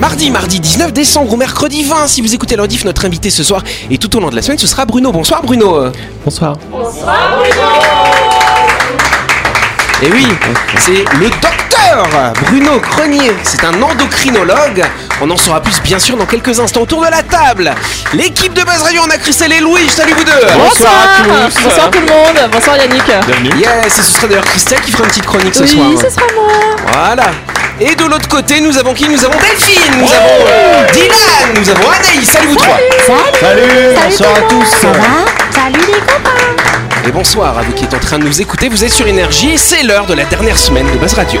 Mardi, mardi 19 décembre ou mercredi 20, si vous écoutez Landif, notre invité ce soir et tout au long de la semaine, ce sera Bruno. Bonsoir Bruno. euh. Bonsoir. Et oui, c'est le docteur Bruno Crenier. C'est un endocrinologue. On en saura plus bien sûr dans quelques instants autour de la table. L'équipe de Buzz Radio, on a Christelle et Louis. Salut vous deux. Bonsoir à tous. Bonsoir tout le monde Bonsoir Yannick Bienvenue. Yes, et ce sera d'ailleurs Christelle qui fera une petite chronique ce Oui, soir. ce sera moi Voilà. Et de l'autre côté, nous avons qui Nous avons Delphine, nous Oh avons euh, Dylan, nous avons Anaïs. Salut vous trois. Salut. Bonsoir à tous. Hein Et bonsoir à vous qui êtes en train de nous écouter. Vous êtes sur Énergie. C'est l'heure de la dernière semaine de Buzz Radio.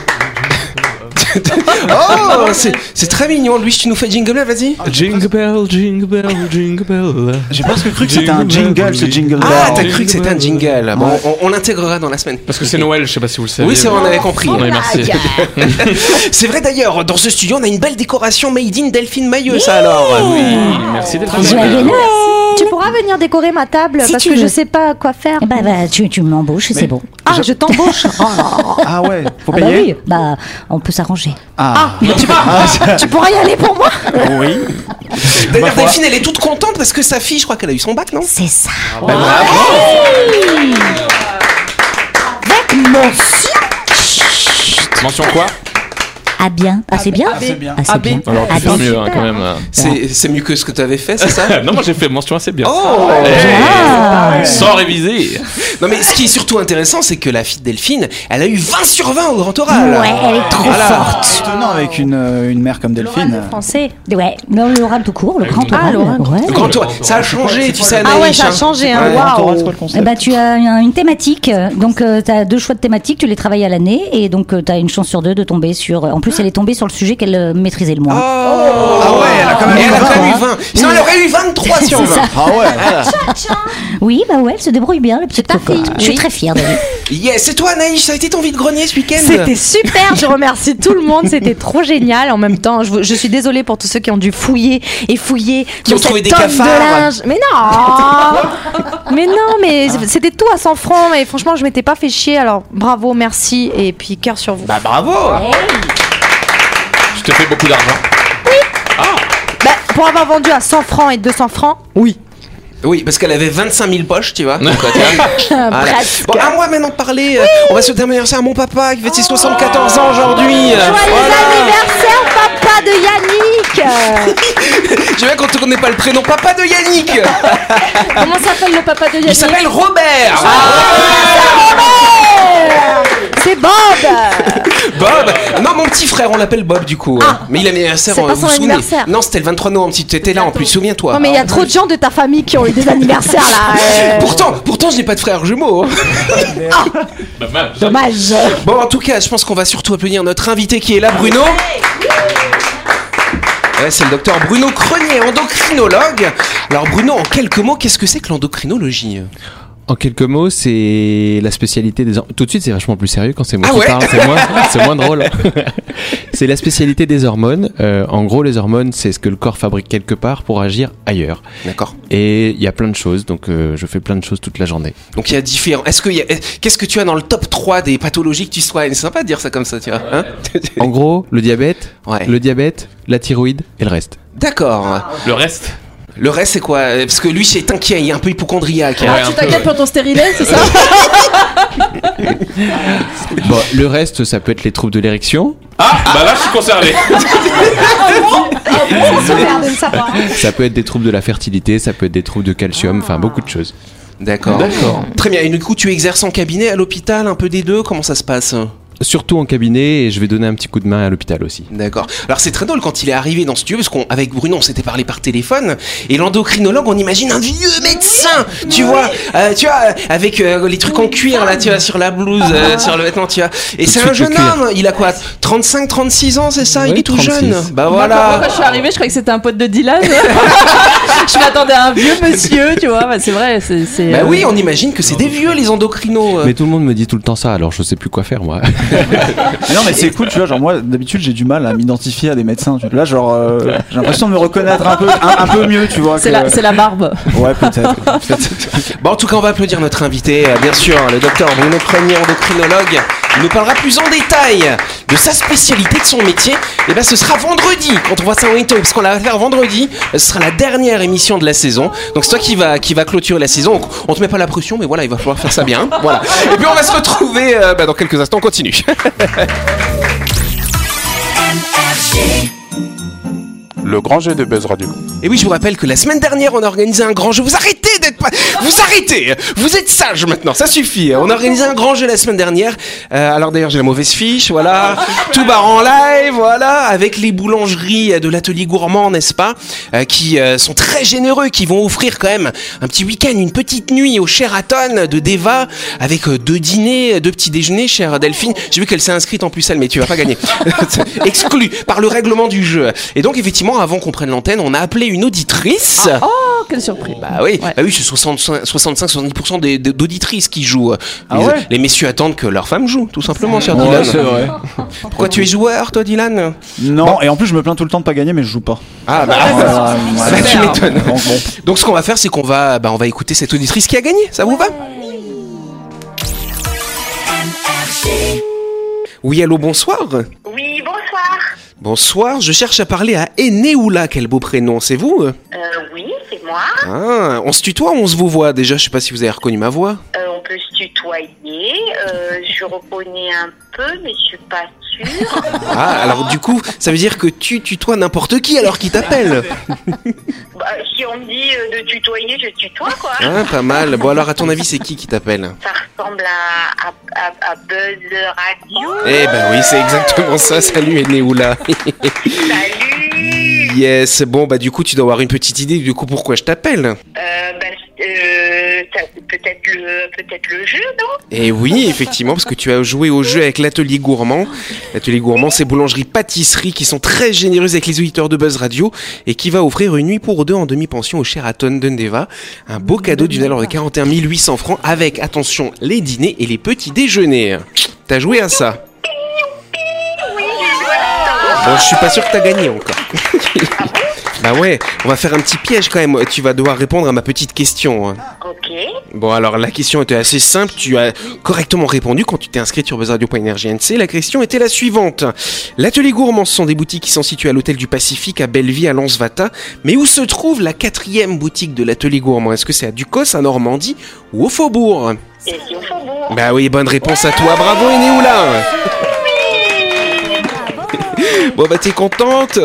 Oh, c'est c'est très mignon. Louis, tu nous fais jingle là, vas-y. Jingle bell, jingle bell, jingle bell. J'ai presque cru que c'était un jingle, ce jingle Ah, bell. t'as cru que c'était un jingle. Bon, on, on l'intégrera dans la semaine. Parce que c'est Noël, je sais pas si vous le savez. Oui, c'est vrai, on avait compris. Oui, merci. C'est vrai d'ailleurs, dans ce studio, on a une belle décoration made in Delphine Mailleux, ça alors. Oui, merci d'être Joyeux là. Noël Tu pourras venir décorer ma table Si parce tu que veux. je sais pas quoi faire. Bah, bah, tu, tu m'embauches, c'est bon. Ah, je t'embauche. Ah ouais, faut Ah bah oui, payer bah, on peut s'arranger. Ah, tu pourras y aller pour moi. oui. D'ailleurs, Delphine, elle est toute contente parce que sa fille, je crois qu'elle a eu son bac, non C'est ça. Mention quoi Ah bien. Ah, c'est bien Ah, c'est bien. Ah, c'est bien. Alors, Ah, c'est bien. mieux hein, quand même. euh. C'est c'est mieux que ce que t'avais fait, c'est ça Ah, non, moi j'ai fait mention assez bien. Eh, Oh Ah. Sans réviser. Non mais ce qui est surtout intéressant, c'est que la fille de Delphine, elle a eu 20 sur 20 au grand oral. Ouais, elle est trop Voilà. forte. Tenant avec une, euh, une mère comme Delphine. Français. Ouais, non, l'oral tout court, le grand Ah, oral. l'oral. ouais. Le grand oral, ça a changé, tu sais, Anaïs. Ah ouais, ça a hein. changé. Ouais. Hein. Waouh. c'est quoi le Eh concept bah, tu as un- une thématique, euh, donc tu as deux choix de thématiques, tu les travailles à l'année et donc tu as une chance sur deux de tomber sur. euh, En plus, elle est tombée sur le sujet qu'elle euh, maîtrisait le Oh. moins. Ah ouais, elle a quand même, Mais elle a elle a quand même eu vingt. 20. Sinon, elle aurait eu 23 sur C'est 20. ça. Ah ouais, Oui, bah ouais, elle se débrouille bien, la petite cocotte. Je suis très fière d'elle. Yes, c'est toi Anaïs, ça a été ton vide-grenier ce week-end C'était super, je remercie tout le monde, c'était trop génial. En même temps, je, vous- je suis désolée pour tous ceux qui ont dû fouiller et fouiller. Qui dans ont trouvé cette des tonne cafards. De linge. Mais non Mais non, mais Ah. c'était tout à 100 francs et franchement, je m'étais pas fait chier. Alors bravo, merci et puis cœur sur vous. Bah bravo Je te fais beaucoup d'argent. Bah, pour avoir vendu à 100 francs et 200 francs, oui. Oui, parce qu'elle avait 25 000 poches, tu vois. donc, euh, tu Ah, vois. Voilà. Bon, à moi maintenant de parler. euh, on va souhaiter un anniversaire à mon papa qui fête ses 74 ans Oh, aujourd'hui. Joyeux Euh, Voilà. anniversaire, papa de Yannick Je bien qu'on ne connaît pas le prénom papa de Yannick. Comment s'appelle Ah. le papa de Il Yannick s'appelle Robert. C'est Bob Bob Ah, Non, mon petit frère, on l'appelle Bob du coup. hein. Mais il a Ah. anniversaire, c'est euh, pas vous son vous souvenez anniversaire. Non, c'était le 23 novembre, si tu étais là en plus, souviens-toi. Non mais il y a trop de gens de ta famille qui ont eu des anniversaires là euh, Ah. Pourtant, pourtant, je n'ai pas de frère jumeau. hein. Dommage. Dommage Bon, en tout cas, je pense qu'on va surtout applaudir notre invité qui est là, Bruno. Ouais, c'est le docteur Bruno Crenier, endocrinologue. Alors Bruno, en quelques mots, qu'est-ce que c'est que l'endocrinologie euh En quelques mots, c'est la spécialité des. or- Tout de suite, c'est vachement plus sérieux quand c'est moi Ah qui ouais parle, c'est moins, c'est moins drôle. c'est la spécialité des hormones. Euh, en gros, les hormones, c'est ce que le corps fabrique quelque part pour agir ailleurs. D'accord. Et il y a plein de choses, donc euh, je fais plein de choses toute la journée. Donc il y a différents. Est-ce que il y a- qu'est-ce que tu as dans le top 3 des pathologies que tu soignes C'est sympa de dire ça comme ça, tu vois. hein En gros, le diabète, Ouais. le diabète, la thyroïde et le reste. D'accord. Le reste Le reste c'est quoi Parce que lui, c'est inquiet, il est un peu hypochondriaque. hein. Ouais, un peu, ouais. pour ton stérilet, c'est ça Bon, le reste, ça peut être les troubles de l'érection, Ah, bah là je suis concerné. ça peut être des troubles de la fertilité, ça peut être des troubles de calcium, Ah. enfin beaucoup de choses. D'accord. D'accord. Très bien. Et du coup, tu exerces en cabinet, à l'hôpital, un peu des deux. Comment ça se passe surtout en cabinet et je vais donner un petit coup de main à l'hôpital aussi. D'accord. Alors c'est très drôle quand il est arrivé dans ce studio, parce qu'avec Bruno on s'était parlé par téléphone, et l'endocrinologue on imagine un vieux médecin, tu vois, euh, tu vois, avec euh, les trucs en cuir là, tu vois, sur la blouse, Ah. euh, sur le vêtement, tu vois. Et Tout de c'est un suite, le jeune cuir. homme, il a quoi 35, 36 ans, c'est ça Il Oui, est tout 36. jeune. Bah Moi, voilà. quand je suis arrivée, je croyais que c'était un pote de Dylan. hein je m'attendais à un vieux monsieur, tu vois. Bah, c'est vrai, c'est. c'est, Bah euh, oui, on imagine que c'est des vieux les endocrinos. euh. Ah. Mais tout le monde me dit tout le temps ça, alors je sais plus quoi faire moi. Mais non, mais c'est cool, tu vois. Genre, moi, d'habitude, j'ai du mal à m'identifier à des médecins. tu vois. Là, genre, euh, j'ai l'impression de me reconnaître un peu, un, un peu mieux, tu vois. C'est que- euh, la, c'est la barbe. Ouais, peut-être. peut-être. Bon, en tout cas, on va applaudir notre invité, euh, bien sûr, le docteur Bruno Premier, endocrinologue. Il nous parlera plus en détail de sa spécialité, de son métier. Et ben, ce sera vendredi quand on voit ça en Talk, parce qu'on la va faire vendredi. Euh, Ce sera la dernière émission de la saison. Donc, c'est toi qui va, qui va clôturer la saison. Donc, on te met pas la pression, mais voilà, il va falloir faire ça bien. Voilà. Et puis, on va se retrouver euh, bah, dans quelques instants. On continue. Le grand jeu de Buzz Radio. Et oui, je vous rappelle que la semaine dernière, on a organisé un grand jeu. Vous arrêtez d'être pas. Vous arrêtez Vous êtes sages maintenant, ça suffit. hein. On a organisé un grand jeu la semaine dernière. Euh, alors d'ailleurs, j'ai la mauvaise fiche, voilà. Tout barre en live, voilà. Avec les boulangeries de l'atelier gourmand, n'est-ce pas euh, Qui euh, sont très généreux, qui vont offrir quand même un petit week-end, une petite nuit au Sheraton de Deva. Avec euh, deux dîners, deux petits déjeuners, chère Delphine. J'ai vu qu'elle s'est inscrite en plus, elle, mais tu vas pas gagner. Exclu par le règlement du jeu. Et donc, effectivement, avant qu'on prenne l'antenne, on a appelé une auditrice. Ah, Oh, quelle surprise. Bah oui, Ouais. bah oui, c'est 65-70% des- des- d'auditrices qui jouent. Ah les, ouais Ah les messieurs attendent que leur femme joue, tout simplement, cher Ouais, Dylan. c'est vrai. Pourquoi tu es joueur, toi, Dylan Non, et en plus, je me plains tout le temps de pas gagner, mais je joue pas. Ah bah. Voilà, bah, tu m'étonnes. Bon, bon. Donc ce qu'on va faire, c'est qu'on va, bah, on va écouter cette auditrice qui a gagné. Ça vous va Oui, allô, bonsoir. Oui, bonsoir. Bonsoir, je cherche à parler à Enéoula, quel beau prénom, c'est vous Euh, oui, c'est moi. Ah, on se tutoie, on se vous voit déjà, je sais pas si vous avez reconnu ma voix. Euh, on peut se tutoyer. Euh, je reconnais un peu, mais je suis pas sûre. Ah, alors du coup, ça veut dire que tu tutoies n'importe qui alors qu'il t'appelle. Bah, si on me dit euh, de tutoyer, je tutoie, quoi. Hein, pas mal. Bon alors, à ton avis, c'est qui qui t'appelle Ça ressemble à, à, à- à Buzz Radio. Eh ben oui, c'est exactement ça. Salut, Enéoula. Salut. Yes, bon bah du coup, tu dois avoir une petite idée du coup pourquoi je t'appelle. Euh, bah, euh, ça, c'est peut-être le, peut-être le jeu, non Et oui, effectivement, parce que tu as joué au jeu avec l'atelier gourmand. L'atelier gourmand, c'est boulangerie-pâtisserie qui sont très généreuses avec les auditeurs de Buzz Radio et qui va offrir une nuit pour deux en demi-pension au Sheraton de Neva. Un beau cadeau d'une valeur de 41 800 francs avec, attention, les dîners et les petits déjeuners. T'as joué à ça Bon, je suis pas sûr que t'as gagné encore. bah ouais, on va faire un petit piège quand même. Tu vas devoir répondre à ma petite question. hein. Ok. Bon, alors la question était assez simple. Tu as correctement répondu quand tu t'es inscrit sur buzzradio.energie.nc. La question était la suivante. L'atelier gourmand, ce sont des boutiques qui sont situées à l'hôtel du Pacifique à Belleville, à Lansvata. Mais où se trouve la quatrième boutique de l'atelier gourmand Est-ce que c'est à Ducos, à Normandie ou au Faubourg Et c'est au faubourg. Bah oui, bonne réponse à toi. Bravo, Enéoula Bon, bah t'es contente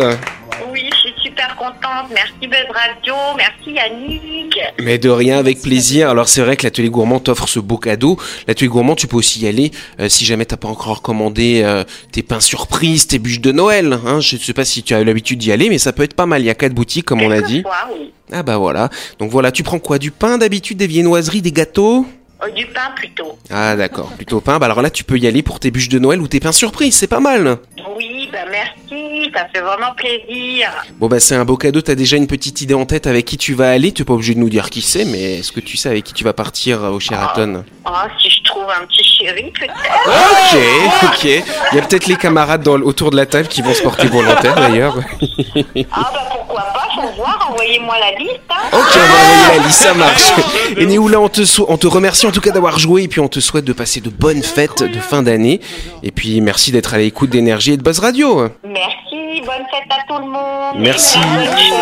Oui, je suis super contente. Merci Buzz Radio. Merci Yannick. Mais de rien, avec plaisir. Alors c'est vrai que l'atelier gourmand t'offre ce beau cadeau. L'atelier gourmand, tu peux aussi y aller euh, si jamais t'as pas encore commandé euh, tes pains surprises, tes bûches de Noël. Hein. Je ne sais pas si tu as eu l'habitude d'y aller, mais ça peut être pas mal. Il y a quatre boutiques, comme on a dit. Quelquefois, oui. Ah bah voilà. Donc voilà, tu prends quoi Du pain d'habitude, des viennoiseries, des gâteaux Euh, du pain plutôt. Ah d'accord, plutôt pain. Bah alors là, tu peux y aller pour tes bûches de Noël ou tes pains surprises. C'est pas mal. Oui, bah merci, ça fait vraiment plaisir. Bon bah c'est un beau cadeau. T'as déjà une petite idée en tête avec qui tu vas aller. T'es pas obligé de nous dire qui c'est, mais est-ce que tu sais avec qui tu vas partir euh, au Sheraton Oh, si je trouve un petit chéri, peut-être. Ok, ok. Il y a peut-être les camarades dans- autour de la table qui vont se porter volontaires d'ailleurs. Ah bah pourquoi pas, faut voir, envoyez-moi la liste. Hein. Ok, on va envoyer la liste, ça marche. Et Néoula, on te, sou- on te remercie en tout cas d'avoir joué et puis on te souhaite de passer de bonnes fêtes de fin d'année. Et puis merci d'être à l'écoute d'énergie et de Buzz Radio. Merci, bonne fête à tout le monde. Merci. Bonne chose,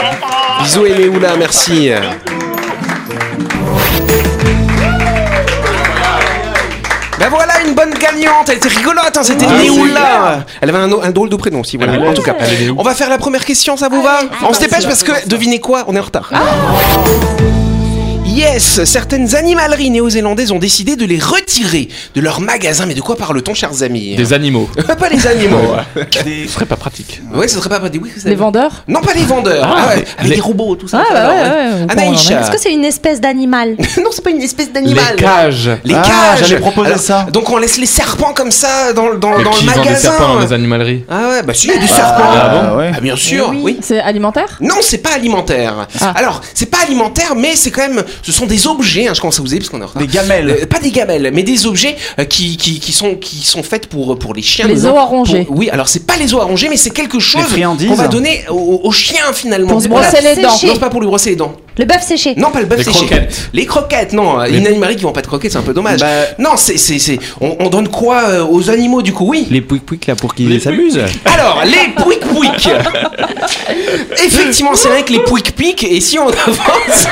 bye-bye. Bisous et Néoula, merci. Ben voilà une bonne gagnante, elle était rigolote, hein, c'était Néoula. Elle avait un, o- un drôle de prénom aussi, voilà. En tout cas, on va faire la première question, ça vous va On se dépêche parce que devinez quoi, on est en retard. Yes, certaines animaleries néo-zélandaises ont décidé de les retirer de leurs magasins. Mais de quoi parle-t-on, chers amis Des animaux. Pas les animaux. Ce serait pas pratique. Ouais, ce serait pas pratique. Oui, vous savez. Les vendeurs Non, pas les vendeurs. Ah, Ah ouais, avec les- les robots, tout ça. Ah, bah ouais, ouais, on peut en Anaïs. Est-ce que c'est une espèce d'animal non, c'est pas une espèce Les d'animal. cages. Les Ah, cages. j'allais proposer ça. Donc on laisse les serpents comme ça dans, dans, Mais dans qui le vend des magasin. serpents dans des animaleries Ah ouais, bah si, il y a du serpent. Ah, ouais. Ah, bien sûr, oui. C'est alimentaire Non, c'est pas alimentaire. Ah. Alors, c'est pas alimentaire, mais c'est quand même, ce sont des objets. hein, je commence à vous aider parce qu'on est en retard. Des gamelles. Euh, pas des gamelles, mais des objets euh, qui, qui, qui sont qui sont faits pour pour les chiens. Les notamment. os orangés. Pour- Oui, alors c'est pas les os orangés, mais c'est quelque chose friandises. qu'on va donner aux, aux chiens finalement. Pour se brosser les dents. Non, c'est pas pour lui brosser les dents. Le bœuf séché. Non, pas le bœuf Les séché. croquettes. Les croquettes, non. Une animalerie qui vend pas de croquettes, c'est un peu dommage. Bah, Non, c'est c'est c'est. On, on donne quoi euh, aux animaux du coup Oui. Les pouic-pouic là pour Les qu'ils s'amusent. Alors, les pouic pouic. Effectivement, c'est vrai que les pouic pic et si on avance,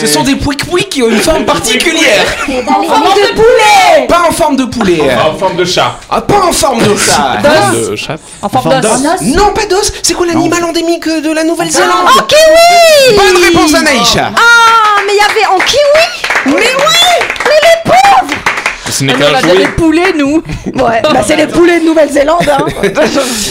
ce sont des pouic pouic qui ont une forme particulière. Pas en forme de poulet. En forme de chat. Ah, pas en forme de chat. De chat. En forme d'os Non, pas d'os. C'est quoi l'animal endémique euh, de la Nouvelle-Zélande En kiwi Bonne réponse, Anaïcha. Ah, mais il y avait en kiwi Ce n'est Ah, mais on qu'un a bien jouet. des poulets, nous Ouais, bah c'est les poulets de Nouvelle-Zélande. Hein.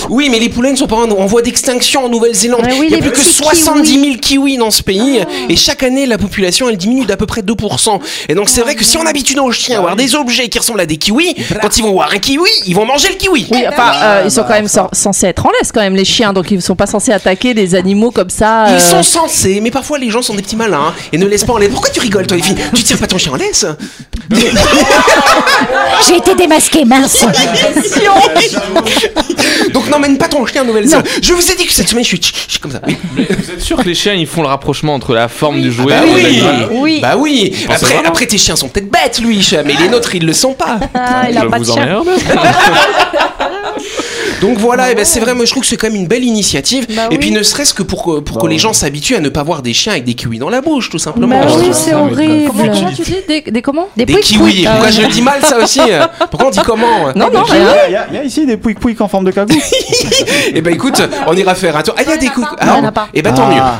Oui, mais les poulets ne sont pas en, en voie d'extinction en Nouvelle-Zélande. Ah oui, Il n'y a les plus que petits Ah. 70 000 kiwis dans ce pays. Et chaque année, la population, elle diminue d'à peu près 2%. Et donc, Ah, c'est vrai que si on habitue nos chiens à avoir des objets qui ressemblent à des kiwis, quand ils vont voir un kiwi, ils vont manger le kiwi. Oui, enfin, euh, ils sont quand même cen- censés être en laisse, quand même, les chiens. Donc, ils sont pas censés attaquer des animaux comme ça. euh, Ils sont censés, mais parfois les gens sont des petits malins hein, et ne laissent pas en laisse. Pourquoi tu rigoles, toi, les filles Tu tires pas ton chien en laisse J'ai été démasqué, mince. Donc n'emmène pas ton chien en Nouvelle-Zélande. Je vous ai dit que cette semaine, je suis, je suis comme ça. Oui. Vous êtes sûr que les chiens ils font le rapprochement entre la forme du jouet Bah Ah et oui, l'animal Oui. Bah oui. pensez Après, vraiment après, tes chiens sont peut-être bêtes, lui, mais les nôtres, ils le sont pas. Ah, il a Je pas de vous chien. emmerde. Donc voilà, et ben c'est vrai, moi je trouve que c'est quand même une belle initiative. Bah Et puis oui. ne serait-ce que pour, que- pour que les gens s'habituent à ne pas voir des chiens avec des kiwis dans la bouche, tout simplement. Bah Comment oui, ça, c'est mais horrible. Comment, comment tu dis des, des comment Des Des pouic-pouic. kiwis, Ah pourquoi ouais. je le dis mal ça aussi Pourquoi on dit comment Non, non, Il y, rien. a- il y a- il y a ici des pouic pouic en forme de cagoule. Eh ben écoute, on ira faire un tour. Ah, il y a des coups. Non, il y en a pas. Eh ben tant mieux. Ah.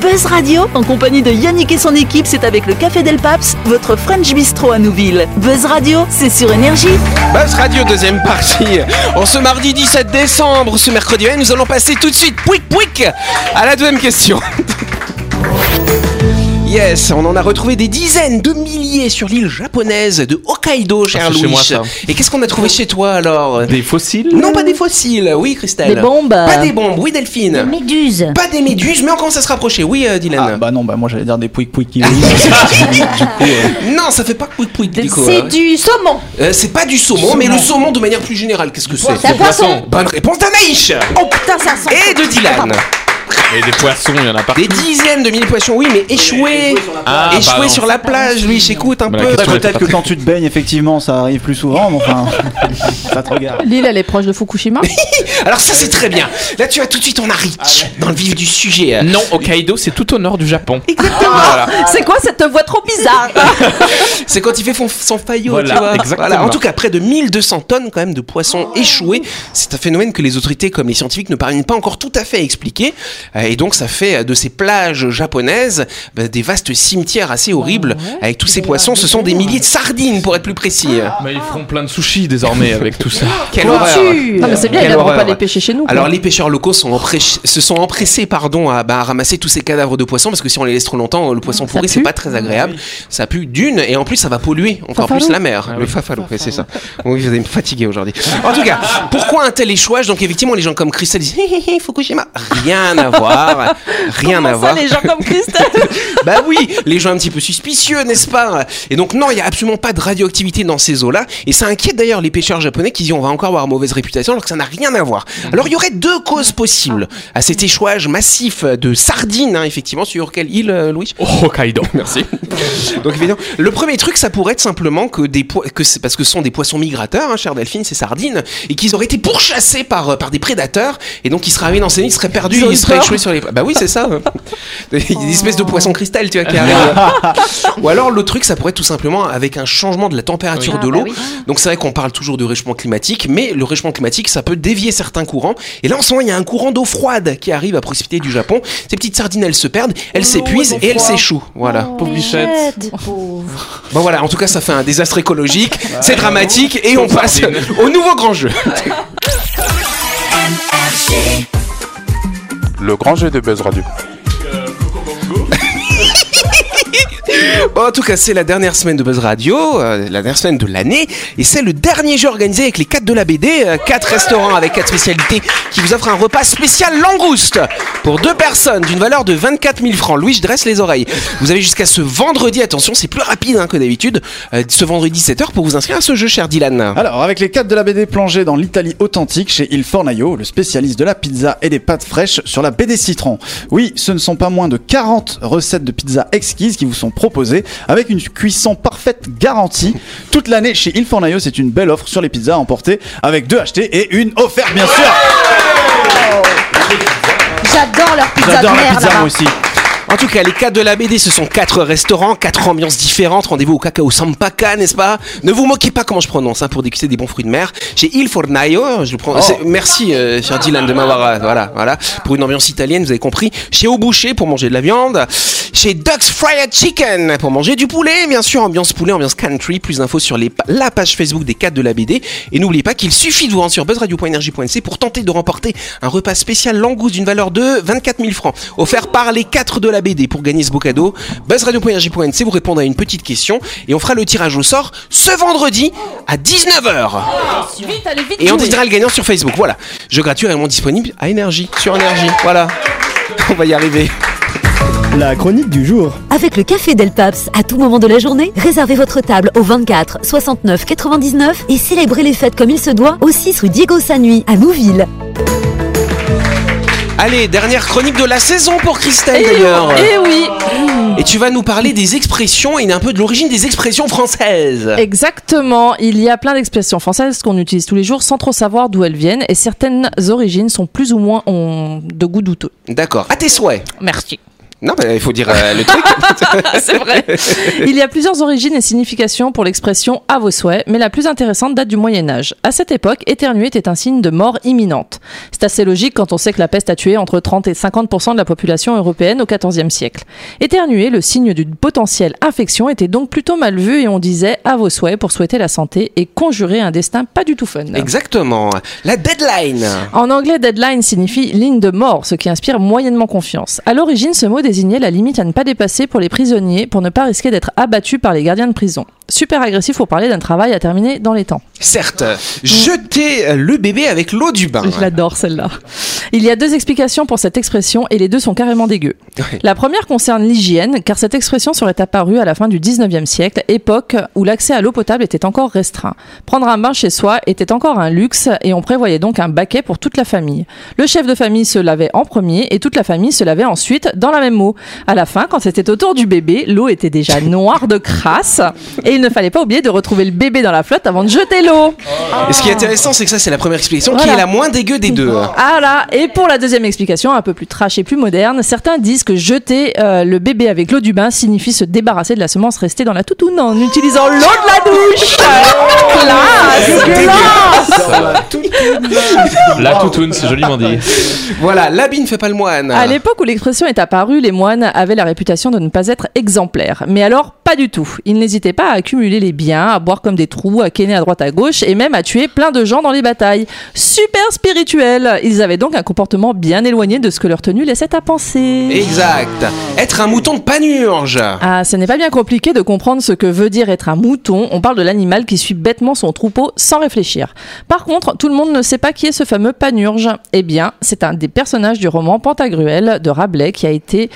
Buzz Radio, en compagnie de Yannick et son équipe, c'est avec le Café Del Paps, votre French Bistro à Nouville. Buzz Radio, c'est sur Énergie. Buzz Radio, deuxième partie. En ce mardi 17 décembre, ce mercredi, nous allons passer tout de suite, pouic pouic, à la deuxième question. Yes, on en a retrouvé des dizaines de milliers sur l'île japonaise de Hokkaido, cher c'est Louis. chez moi, ça. Et qu'est-ce qu'on a trouvé chez toi alors Des fossiles Non, pas des fossiles, oui, Christelle. Des bombes Pas euh, des bombes, oui, Delphine. Méduse. Pas des méduses, mais on commence à se rapprocher, oui, euh, Dylan. Ah, bah non, bah moi j'allais dire des pouic pouic kiwis. Non, ça fait pas pouic pouic du coup. C'est hein. du saumon. Euh, c'est pas du saumon, mais le saumon de manière plus générale, qu'est-ce que c'est C'est un poisson. poisson. Bonne réponse d'Anaïs Oh putain, ça sent. et de Dylan. Et des poissons, il y en a partout. Des dizaines de mille poissons, oui, mais échoués, Ah, échoués pardon. sur la plage, lui, j'écoute un Bah, peu. la question- Peut-être que quand tu te baignes, effectivement, ça arrive plus souvent, mais enfin, ça te regarde. L'île, elle est proche de Fukushima. Alors ça, c'est très bien. Là, tu vas tout de suite en Arich, dans le vif du sujet. Non, Hokkaido, c'est tout au nord du Japon. C'est quoi cette voix trop bizarre C'est quand il fait son, son faillot, Voilà, tu vois. exactement. Voilà. En tout cas, près de 1200 tonnes quand même de poissons échoués. C'est un phénomène que les autorités comme les scientifiques ne parviennent pas encore tout à fait à expliquer. Euh, Et donc, ça fait euh, de ces plages japonaises bah, des vastes cimetières assez horribles avec tous ces poissons. Ce sont des milliers de sardines, pour être plus précis. Ah, Mais ils feront plein de sushis désormais avec tout ça. Quelle horreur Non, Ah, mais c'est bien, ils Quelle viendront pas horreur. les pêcher chez nous. quoi. Alors les pêcheurs locaux sont emprêch- se sont empressés pardon, à, bah, à ramasser tous ces cadavres de poissons parce que si on les laisse trop longtemps, le poisson pourri c'est pue. pas très agréable. Ça pue d'une et en plus ça va polluer encore Fafalo. plus la mer. le fafalo, ouais, c'est ça. Oui, vous allez me fatiguer aujourd'hui. En tout cas, pourquoi un tel échouage Donc effectivement les gens comme Christelle disent Hé, hé, hé, Fukushima, rien à voir. Rien à Comment ça, voir. les gens comme Christelle bah oui, les gens un petit peu suspicieux, n'est-ce pas Et donc non, il n'y a absolument pas de radioactivité dans ces eaux-là. Et ça inquiète d'ailleurs les pêcheurs japonais qui disent on va encore avoir mauvaise réputation alors que ça n'a rien à voir. Alors il y aurait deux causes possibles à cet échouage massif de sardines, hein, effectivement, sur quelle île, euh, Louis Hokkaido, merci. donc évidemment, le premier truc, ça pourrait être simplement que des po- que c'est parce que ce sont des poissons migrateurs, hein, cher Delphine, ces sardines, et qu'ils auraient été pourchassés par euh, par des prédateurs, et donc ils seraient arrivés dans ces îles, ils seraient perdus, Ils ont ils eu seraient peur. échoués sur les. Bah oui, c'est ça. Il y a des espèces de poissons cristal, tu vois, qui arrivent. Oh. Ou alors le truc, ça pourrait être tout simplement avec un changement de la température Oui. de Ah, bah l'eau. oui. Donc c'est vrai qu'on parle toujours de réchauffement climatique, mais le réchauffement climatique, ça peut dévier certains courants. Et là, en ce moment, il y a un courant d'eau froide qui arrive à proximité du Japon. Ces petites sardines, elles se perdent, elles s'épuisent et elles s'échouent. Voilà. Bon voilà, en tout cas, ça fait un désastre écologique. Bah, C'est dramatique et on passe au nouveau grand jeu. Le grand jeu de Buzz Radio. Bon, en tout cas, c'est la dernière semaine de Buzz Radio, euh, la dernière semaine de l'année, et c'est le dernier jeu organisé avec les 4 de la BD, 4 restaurants avec 4 spécialités qui vous offrent un repas spécial langouste pour deux personnes d'une valeur de 24 000 francs. Louis, je dresse les oreilles. Vous avez jusqu'à ce vendredi, attention, c'est plus rapide hein, que d'habitude, euh, ce vendredi 17h pour vous inscrire à ce jeu, cher Dylan. Alors, avec les 4 de la BD plongés dans l'Italie authentique chez Il Fornaio, le spécialiste de la pizza et des pâtes fraîches sur la BD Citron. Oui, ce ne sont pas moins de 40 recettes de pizza exquises qui vous sont proposées avec une cuisson parfaite garantie. Toute l'année chez Il Fornaio, c'est une belle offre sur les pizzas à emporter avec deux achetées et une offerte, bien sûr. J'adore leur pizza de merde. là-bas. aussi. En tout cas, les 4 de la BD, ce sont 4 restaurants, 4 ambiances différentes. Rendez-vous au Cacao Sampaka, n'est-ce pas Ne vous moquez pas comment je prononce hein, pour déguster des bons fruits de mer. Chez Il Fornaio, je le prends- c'est- merci euh, cher Dylan de m'avoir euh, voilà, voilà, pour une ambiance italienne, vous avez compris. Chez Au Boucher pour manger de la viande, chez Ducks Fried Chicken pour manger du poulet, bien sûr, ambiance poulet, ambiance country. Plus d'infos sur les pa- la page Facebook des 4 de la BD et n'oubliez pas qu'il suffit de vous rendre sur buzzradio.energie.nc pour tenter de remporter un repas spécial langouste d'une valeur de 24 000 francs, offert par les 4 de la BD. Pour gagner ce beau cadeau, buzzradio.energie.nc vous répondre à une petite question et on fera le tirage au sort ce vendredi à 19h. Vite, allez, vite. Et on jouer. dira le gagnant sur Facebook. Voilà. Jeu gratuit réellement disponible à Énergie, sur Énergie. Voilà. On va y arriver. La chronique du jour. Avec le café Del Paps, à tout moment de la journée, réservez votre table au 24 69 99 et célébrez les fêtes comme il se doit au 6 rue Diego Sanui à Nouville. Allez, dernière chronique de la saison pour Christelle d'ailleurs. Eh oui. Et tu vas nous parler des expressions et un peu de l'origine des expressions françaises. Exactement, il y a plein d'expressions françaises qu'on utilise tous les jours sans trop savoir d'où elles viennent et certaines origines sont plus ou moins ont de goût douteux. D'accord. À tes souhaits. Merci. Non, mais il faut dire euh, le truc. C'est vrai. Il y a plusieurs origines et significations pour l'expression à vos souhaits, mais la plus intéressante date du Moyen Âge. À cette époque, éternuer était un signe de mort imminente. C'est assez logique quand on sait que la peste a tué entre 30 et 50 de la population européenne au XIVe siècle. Éternuer, le signe d'une potentielle infection, était donc plutôt mal vu et on disait à vos souhaits pour souhaiter la santé et conjurer un destin pas du tout fun. Exactement. La deadline. En anglais, deadline signifie ligne de mort, ce qui inspire moyennement confiance. À l'origine, ce mot désignait la limite à ne pas dépasser pour les prisonniers pour ne pas risquer d'être abattus par les gardiens de prison. Super agressif pour parler d'un travail à terminer dans les temps. Certes, jeter euh, le bébé avec l'eau du bain. Je l'adore celle-là. Il y a deux explications pour cette expression et les deux sont carrément dégueux. Ouais. La première concerne l'hygiène, car cette expression serait apparue à la fin du 19e siècle, époque où l'accès à l'eau potable était encore restreint. Prendre un bain chez soi était encore un luxe et on prévoyait donc un baquet pour toute la famille. Le chef de famille se lavait en premier et toute la famille se lavait ensuite dans la même eau. À la fin, quand c'était autour du bébé, l'eau était déjà noire de crasse et il ne fallait pas oublier de retrouver le bébé dans la flotte avant de jeter l'eau. Et ce qui est intéressant, c'est que ça, c'est la première explication qui Voilà. est la moins dégueu des deux. hein. Ah là, et pour la deuxième explication, un peu plus trash et plus moderne, certains disent que jeter euh, le bébé avec l'eau du bain signifie se débarrasser de la semence restée dans la toutoune en utilisant l'eau de la douche. Classe, classe. La toutoune, c'est joliment dit. Voilà, l'habit ne fait pas le moine. À l'époque où l'expression est apparue, les moines avaient la réputation de ne pas être exemplaires. Mais alors, pas du tout. Ils n'hésitaient pas à accumuler les biens, à boire comme des trous, à kenner à droite à gauche et même à tuer plein de gens dans les batailles. Super spirituel Ils avaient donc un comportement bien éloigné de ce que leur tenue laissait à penser. Exact. Être un mouton de panurge. Ah, ce n'est pas bien compliqué de comprendre ce que veut dire être un mouton. On parle de l'animal qui suit bêtement son troupeau sans réfléchir. Par contre, tout le monde ne sait pas qui est ce fameux panurge. Eh bien, c'est un des personnages du roman Pantagruel de Rabelais qui a été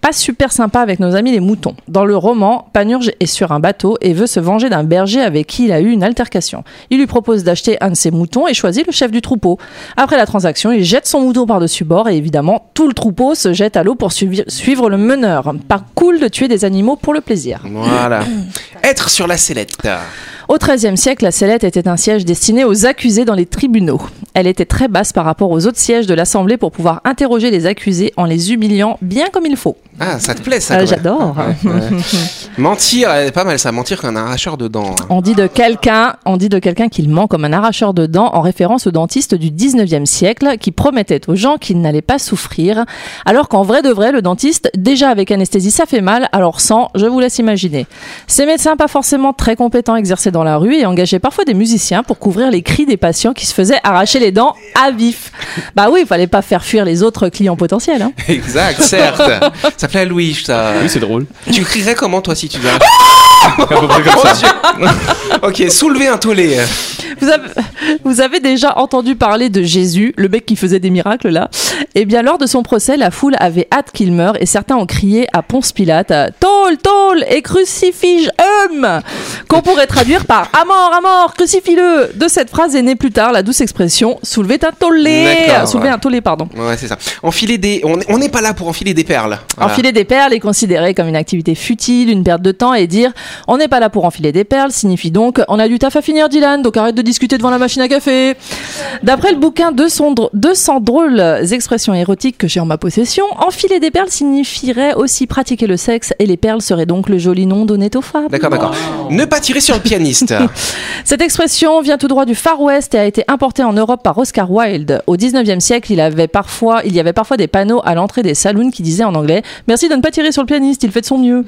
pas super sympa avec nos amis les moutons. Dans le roman, Panurge est sur un bateau et veut se venger d'un berger avec qui il a eu une altercation. Il lui propose d'acheter un de ses moutons et choisit le chef du troupeau. Après la transaction, il jette son mouton par-dessus bord et évidemment, tout le troupeau se jette à l'eau pour suivi- suivre le meneur. Par cool de tuer des animaux pour le plaisir. Voilà. Être sur la sellette. Au XIIIe siècle, la sellette était un siège destiné aux accusés dans les tribunaux. Elle était très basse par rapport aux autres sièges de l'Assemblée pour pouvoir interroger les accusés en les humiliant bien comme il faut. Ah, ça te plaît ça Ah, quand même. j'adore. Ouais, ouais. Mentir, euh, pas mal ça, mentir qu'un arracheur dedans. On dit de quelqu'un, on dit de quelqu'un qu'il ment comme un arracheur de dents en référence au dentiste du 19e siècle qui promettait aux gens qu'ils n'allaient pas souffrir, alors qu'en vrai de vrai, le dentiste, déjà avec anesthésie, ça fait mal, alors sans, je vous laisse imaginer. Ces médecins pas forcément très compétents exerçaient dans la rue et engageaient parfois des musiciens pour couvrir les cris des patients qui se faisaient arracher les dents à vif. Bah oui, il fallait pas faire fuir les autres clients potentiels. hein. Exact, certes. ça plaît à Louis, ça. Oui, c'est drôle. Tu crierais comment toi si tu vas Ok, soulever un tollé. Vous avez, vous avez déjà entendu parler de Jésus, le mec qui faisait des miracles là Eh bien, lors de son procès, la foule avait hâte qu'il meure et certains ont crié à Ponce Pilate euh, Tôle, tôle et crucifige homme Qu'on pourrait traduire par À mort, à mort, crucifie-le De cette phrase est née plus tard la douce expression Soulever un tollé D'accord, Soulever ouais. un tollé, pardon. Ouais, c'est ça. Enfiler des. On on n'est pas là pour enfiler des perles. Voilà. Enfiler des perles est considéré comme une activité futile, une perte de temps et dire on n'est pas là pour enfiler des perles signifie donc on a du taf à finir Dylan, donc arrête de discuter devant la machine à café. D'après le bouquin 200, dr- 200 drôles expressions érotiques que j'ai en ma possession, enfiler des perles signifierait aussi pratiquer le sexe et les perles seraient donc le joli nom donné aux femmes. D'accord, d'accord. Ne pas tirer sur le pianiste. Cette expression vient tout droit du Far West et a été importée en Europe par Oscar Wilde. Au 19e siècle, il, avait parfois, il y avait parfois des panneaux à l'entrée des saloons qui disaient en anglais Merci de ne pas tirer sur le pianiste, il fait de son mieux.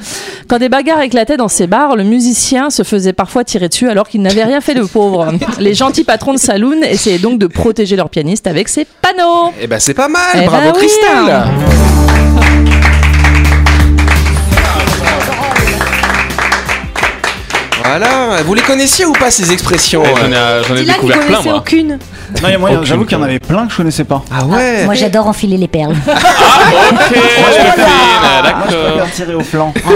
Quand des bagarres éclataient dans ces bars, le musicien se faisait parfois tirer dessus alors qu'il n'avait rien fait de pauvre. Les gentils patrons de saloon essayaient donc de protéger leur pianiste avec ces panneaux. Eh ben c'est pas mal, Eh bravo ben oui, Christelle hein. Voilà, vous les connaissiez ou pas ces expressions Ouais, j'en ai- euh j'en ai Dylan, vous connaissez aucune Non, il y a moyen, Aucune, j'avoue qu'il y en avait plein que je connaissais pas. Ah ouais Moi, j'adore enfiler les perles. Moi, je préfère tirer au flanc. Ah,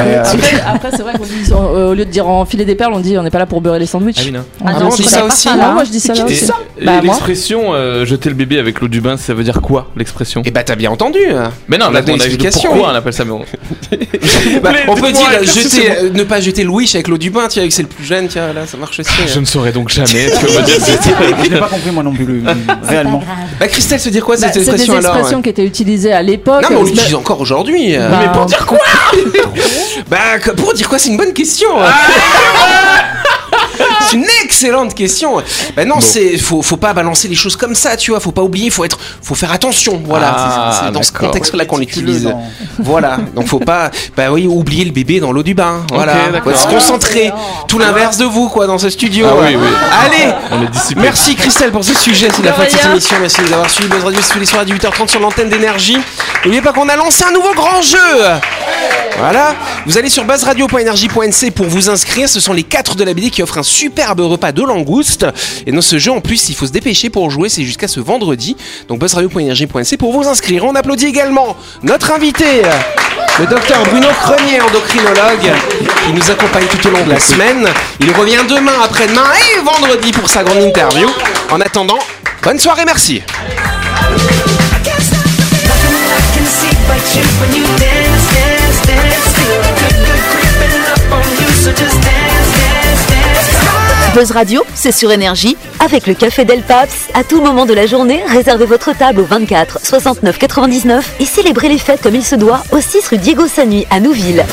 Euh, Ah, Après, après, c'est vrai qu'on dit, euh, au lieu de dire enfiler des perles, on dit on n'est pas là pour beurrer les sandwichs. Ah oui, non. On Ah dit non, on aussi dit ça ça aussi, aussi. Ah, non moi je dis ça là Et- aussi. et Bah, moi. l'expression euh, jeter le bébé avec l'eau du bain, ça veut dire quoi l'expression Eh bah t'as bien entendu. Mais non, On là, a donné on a l'explication. pourquoi on appelle ça mais on- Bah, plaît, on peut dites-moi, dire est-ce que jeter, c'est euh, ne pas jeter Louis avec l'eau du bain, tiens, avec c'est le plus jeune, tiens, là, ça marche aussi. Ah, Je hein. ne saurais donc jamais ce que veut dire cette Je l'ai pas compris moi non plus, le- réellement. Bah Christelle, se dire quoi Bah, cette c'est des expression expressions alors ouais. qui étaient utilisées à l'époque. Non mais on Mais- l'utilise encore aujourd'hui. euh. Bah, dire quoi Bah que- pour dire quoi c'est une bonne question. hein. Ah, C'est une excellente question. Bah non, c'est faut, faut pas balancer les choses comme ça, tu vois. Faut pas oublier, faut être, faut faire attention. Voilà, Ah, c'est- c'est dans ce d'accord. contexte-là qu'on l'utilise. dans- Voilà, donc faut pas, bah oui, oublier le bébé dans l'eau du bain. Voilà, faut d'accord. être concentré. Tout Ah, l'inverse de vous, quoi, dans ce studio. hein. Ah oui, Ah, oui. Allez, On est dissipé. Merci Christelle pour ce sujet, c'est la De fin de cette rien. émission. Merci de nous avoir suivis. Buzz Radio, c'est tous les soirs à 18h30 sur l'antenne d'énergie. N'oubliez pas qu'on a lancé un nouveau grand jeu. Voilà, vous allez sur buzzradio.energie.nc pour vous inscrire. Ce sont les 4 de la BD qui offrent un superbe repas de langoustes. Et dans ce jeu, en plus, il faut se dépêcher pour jouer. C'est jusqu'à ce vendredi. Donc buzzradio.energie.nc pour vous inscrire. On applaudit également notre invité, le docteur Bruno Crenier, endocrinologue, qui nous accompagne tout au long de la semaine. Il revient demain, après-demain et vendredi pour sa grande interview. En attendant, bonne soirée, merci. Buzz Radio, c'est sur énergie. Avec le café Del Paps, à tout moment de la journée, réservez votre table au 24 69 99 et célébrez les fêtes comme il se doit au 6 rue Diego Sanui à Nouville.